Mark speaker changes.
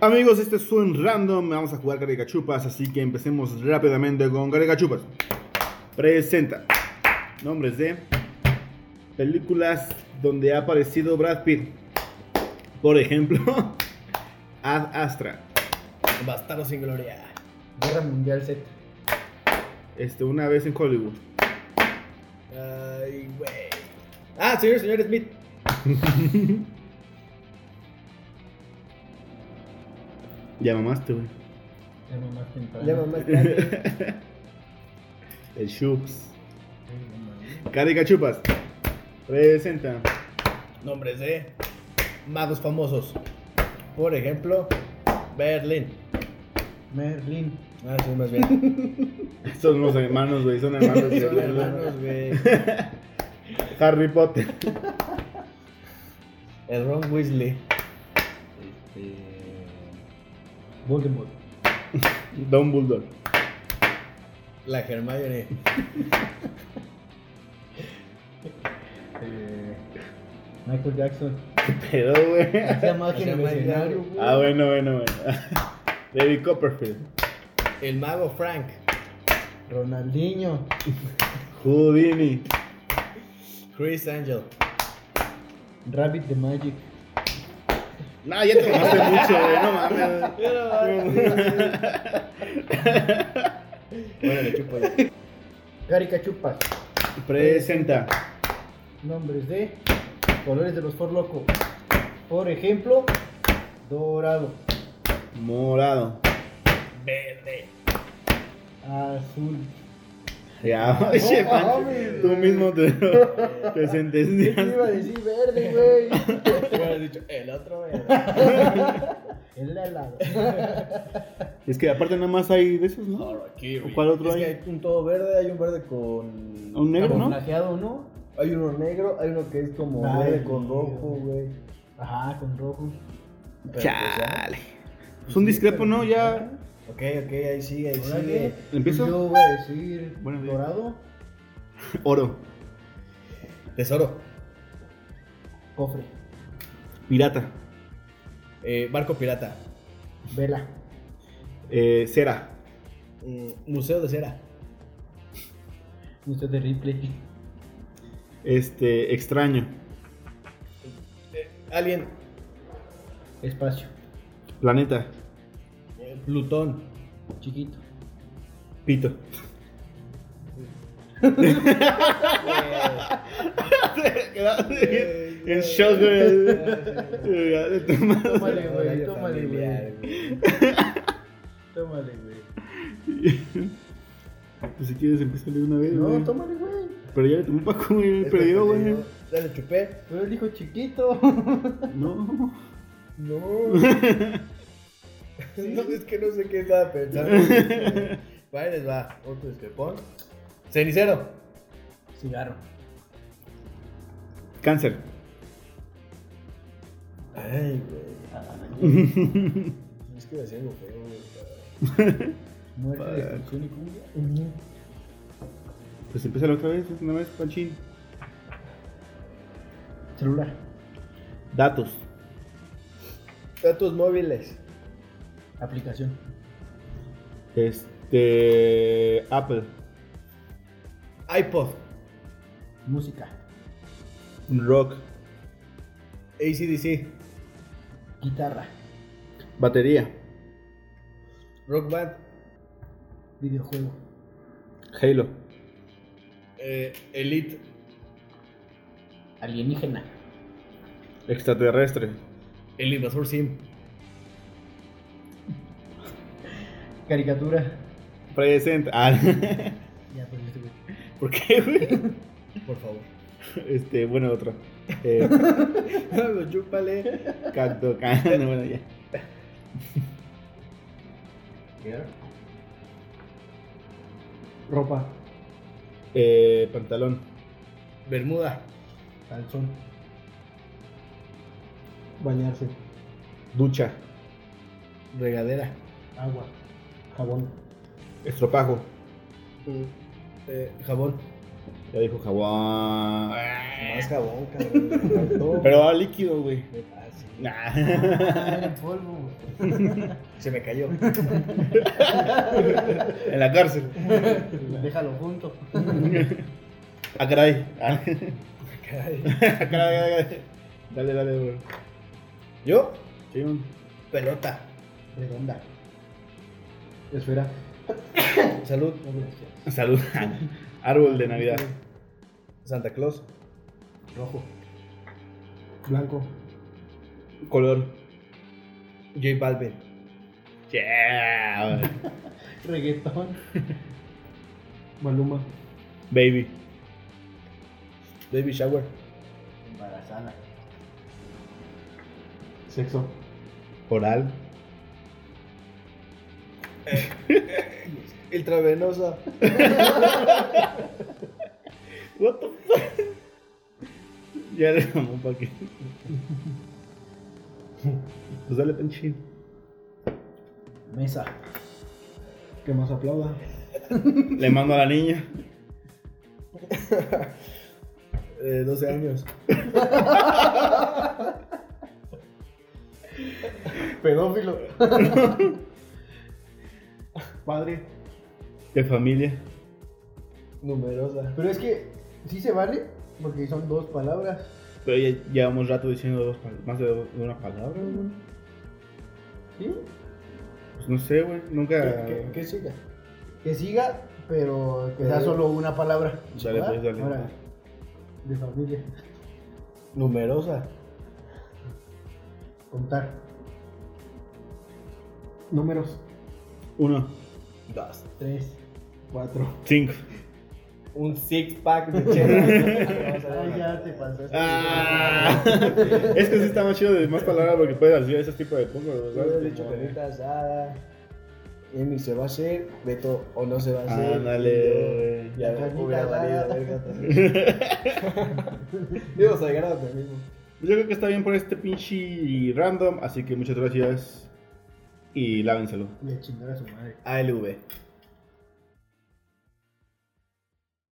Speaker 1: Amigos, este es un random. Vamos a jugar Caricachupas, así que empecemos rápidamente con Caricachupas. Presenta nombres de películas donde ha aparecido Brad Pitt. Por ejemplo, Ad Astra.
Speaker 2: Bastardo sin gloria.
Speaker 3: Guerra Mundial Z.
Speaker 1: Este, una vez en Hollywood.
Speaker 2: Ay, güey. Ah, señor, señor Smith.
Speaker 1: Ya mamaste, güey.
Speaker 3: Ya no más ¿eh? temprano.
Speaker 2: Ya mamá está.
Speaker 1: El Chups.
Speaker 3: Ay, no mames.
Speaker 1: Caricachupas. Presenta.
Speaker 2: Nombres de magos famosos. Por ejemplo, Berlín.
Speaker 3: Merlin.
Speaker 2: Ah, sí, más bien.
Speaker 1: Son los hermanos, güey. Son hermanos. güey.
Speaker 2: Son hermanos, güey.
Speaker 1: Harry Potter.
Speaker 2: El Ron Weasley.
Speaker 3: Este. Voldemort.
Speaker 1: Dumbledore.
Speaker 2: La Hermione.
Speaker 3: Eh, Michael Jackson.
Speaker 1: Pero, güey.
Speaker 3: Se llama que en el
Speaker 2: Michael
Speaker 3: escenario,
Speaker 2: Jackson.
Speaker 3: güey.
Speaker 1: Ah, bueno, bueno, bueno. David Copperfield.
Speaker 2: El mago Frank.
Speaker 3: Ronaldinho.
Speaker 1: Houdini.
Speaker 2: Chris Angel.
Speaker 3: Rabbit the Magic.
Speaker 1: No, ya te mamaste mucho, güey. No mames.
Speaker 2: Bueno, le chupo ya.
Speaker 3: Caricachupas.
Speaker 1: Presenta.
Speaker 3: Nombres de colores de los Ford Loco. Por ejemplo, dorado,
Speaker 1: Morado.
Speaker 2: Verde.
Speaker 3: azul.
Speaker 1: Ya, oye,
Speaker 3: No
Speaker 1: Pancho,
Speaker 3: mames,
Speaker 1: Tú
Speaker 3: güey.
Speaker 1: mismo te, te
Speaker 3: ¿Qué
Speaker 1: sentenciaste.
Speaker 3: te iba a decir verde, güey?
Speaker 2: Hubieras dicho, el otro verde.
Speaker 3: El helado.
Speaker 1: Es que aparte nada más hay de esos, ¿no?
Speaker 2: Aquí, güey.
Speaker 1: ¿Cuál otro
Speaker 2: es
Speaker 1: hay?
Speaker 2: Que hay un todo verde, hay un verde con.
Speaker 1: Un negro, ¿no?
Speaker 3: Camuflajeado, ¿no?
Speaker 2: Hay uno negro, hay uno que es como
Speaker 3: Ay,
Speaker 2: verde con rojo,
Speaker 3: Dios.
Speaker 2: güey.
Speaker 3: Ajá, con rojo.
Speaker 2: Pero, pues, ya.
Speaker 1: Chale. Es un discrepo, ¿no? Ya.
Speaker 2: Ok, ok, ahí sigue, ahí
Speaker 3: Órale.
Speaker 2: sigue.
Speaker 1: ¿Empiezo?
Speaker 3: Yo voy a decir
Speaker 1: Buenos días.
Speaker 3: dorado,
Speaker 1: Oro.
Speaker 2: Tesoro.
Speaker 3: cofre,
Speaker 1: Pirata.
Speaker 2: Eh, barco pirata.
Speaker 3: vela,
Speaker 1: Eh, cera.
Speaker 2: Mm, museo de cera.
Speaker 3: museo de Ripley,
Speaker 1: Este, extraño.
Speaker 2: Eh, alien.
Speaker 3: espacio,
Speaker 1: Planeta.
Speaker 2: Eh, Plutón.
Speaker 3: chiquito,
Speaker 1: Pito. En shock, Pues güey.
Speaker 3: Tómale, güey,
Speaker 2: Horario
Speaker 3: tómale,
Speaker 2: familiar,
Speaker 3: güey.
Speaker 2: güey.
Speaker 3: Tómale, güey.
Speaker 1: Pues si quieres empieza de una vez, güey.
Speaker 3: No, tómale, güey.
Speaker 1: Pero ya le tomó Paco, güey.
Speaker 2: Es
Speaker 1: Perdió,
Speaker 2: que
Speaker 1: güey.
Speaker 2: perdió. Este Ya le chupé.
Speaker 3: Pero él dijo chiquito.
Speaker 1: No.
Speaker 2: No. no, es que no sé qué estaba pensando. Vale, les va. Otro discrepón. Cenicero.
Speaker 3: Cigarro.
Speaker 1: Cáncer.
Speaker 2: Ay, güey. Es que me hacía algo feo, güey.
Speaker 3: Muerte,
Speaker 1: Fuck.
Speaker 3: destrucción y cumbia.
Speaker 1: Pues empieza otra vez, una vez, Panchín.
Speaker 3: Celular.
Speaker 1: Datos.
Speaker 2: Datos móviles.
Speaker 3: Aplicación.
Speaker 1: Este. Apple.
Speaker 2: iPod.
Speaker 3: Música.
Speaker 1: Rock.
Speaker 2: ACDC.
Speaker 3: Guitarra.
Speaker 1: Batería.
Speaker 2: Rock Band.
Speaker 3: Videojuego.
Speaker 1: Halo.
Speaker 2: eh, Elite.
Speaker 3: Alienígena.
Speaker 1: Extraterrestre.
Speaker 2: El Invasor Sim.
Speaker 3: Caricatura.
Speaker 1: Presenta. Ah,
Speaker 3: Ya, pues este güey.
Speaker 1: ¿Por qué, güey?
Speaker 2: Por favor.
Speaker 1: Este, bueno, otro. Eh,
Speaker 2: Lo chúpale.
Speaker 1: canto, canto, bueno, ya.
Speaker 3: Ropa.
Speaker 1: Eh, pantalón.
Speaker 2: Bermuda.
Speaker 3: Calzón. Bañarse.
Speaker 1: Ducha.
Speaker 2: Regadera.
Speaker 3: Agua. Jabón.
Speaker 2: Mm.
Speaker 1: Estropajo.
Speaker 2: eh, jabón.
Speaker 1: Ya dijo jabón.
Speaker 2: Más jabón, cabrón.
Speaker 3: Faltó.
Speaker 1: Pero ahora líquido, güey.
Speaker 2: Me pasa.
Speaker 1: Nah.
Speaker 3: Era en polvo.
Speaker 2: Se me cayó.
Speaker 1: en la cárcel.
Speaker 3: Déjalo junto.
Speaker 1: A caray. Ah,
Speaker 2: Caray.
Speaker 1: caray, caray, caray. Dale, dale, güey.
Speaker 2: Yo,
Speaker 1: Sí, un-
Speaker 2: pelota.
Speaker 3: Redonda. Espera.
Speaker 2: Salud,
Speaker 3: No gracias.
Speaker 1: Salud. Árbol de Navidad.
Speaker 2: Santa Claus.
Speaker 3: Rojo. Blanco.
Speaker 1: Color.
Speaker 2: J Balvin.
Speaker 1: Yeah, güey.
Speaker 3: Reggaetón. Maluma.
Speaker 1: Baby.
Speaker 2: Baby Shower.
Speaker 3: Embarazada. Sexo.
Speaker 1: Oral.
Speaker 2: Intravenosa.
Speaker 1: What the fuck? Ya le mamó para qué. Pues dale, pinche.
Speaker 3: Mesa. Que más aplauda.
Speaker 1: Le mando a la niña.
Speaker 2: Eh, 12 años.
Speaker 3: Pedófilo. Padre.
Speaker 1: De familia.
Speaker 2: Numerosa.
Speaker 3: Pero es que sí se vale porque son dos palabras.
Speaker 1: Pero ya llevamos rato diciendo dos pal- más de, do- de una palabra, güey.
Speaker 3: ¿Sí?
Speaker 1: Pues no sé, güey. Nunca.
Speaker 2: ¿Qué, qué siga?
Speaker 3: Que siga, pero que
Speaker 2: Pero-
Speaker 3: sea solo una palabra.
Speaker 1: Dale,
Speaker 3: ¿Va?
Speaker 1: pues, dale.
Speaker 3: Órale. De familia.
Speaker 2: Numerosa.
Speaker 3: Contar. Números.
Speaker 1: Uno,
Speaker 2: Dos.
Speaker 3: Tres. Cuatro.
Speaker 1: cinco.
Speaker 2: Un six pack de Ah, chela.
Speaker 3: Ay, ya te pasaste.
Speaker 1: Ah, es que sí está más chido de más palabras porque puedes decir ese tipo de cosas,
Speaker 2: Hubieras
Speaker 1: ¿sabes?
Speaker 2: dicho
Speaker 1: Como-
Speaker 2: carnita asada. Emi se va a hacer, Beto o no se va a hacer.
Speaker 1: Ándale, güey.
Speaker 2: Ya
Speaker 3: Carnita
Speaker 2: hubiera valido,
Speaker 3: asada.
Speaker 2: verga. también. Digo, se agarra de mismo.
Speaker 1: Pues Yo creo que está bien por este pinche random, así que muchas gracias y lávenselo.
Speaker 3: Y a chingar a su madre.
Speaker 2: ALV.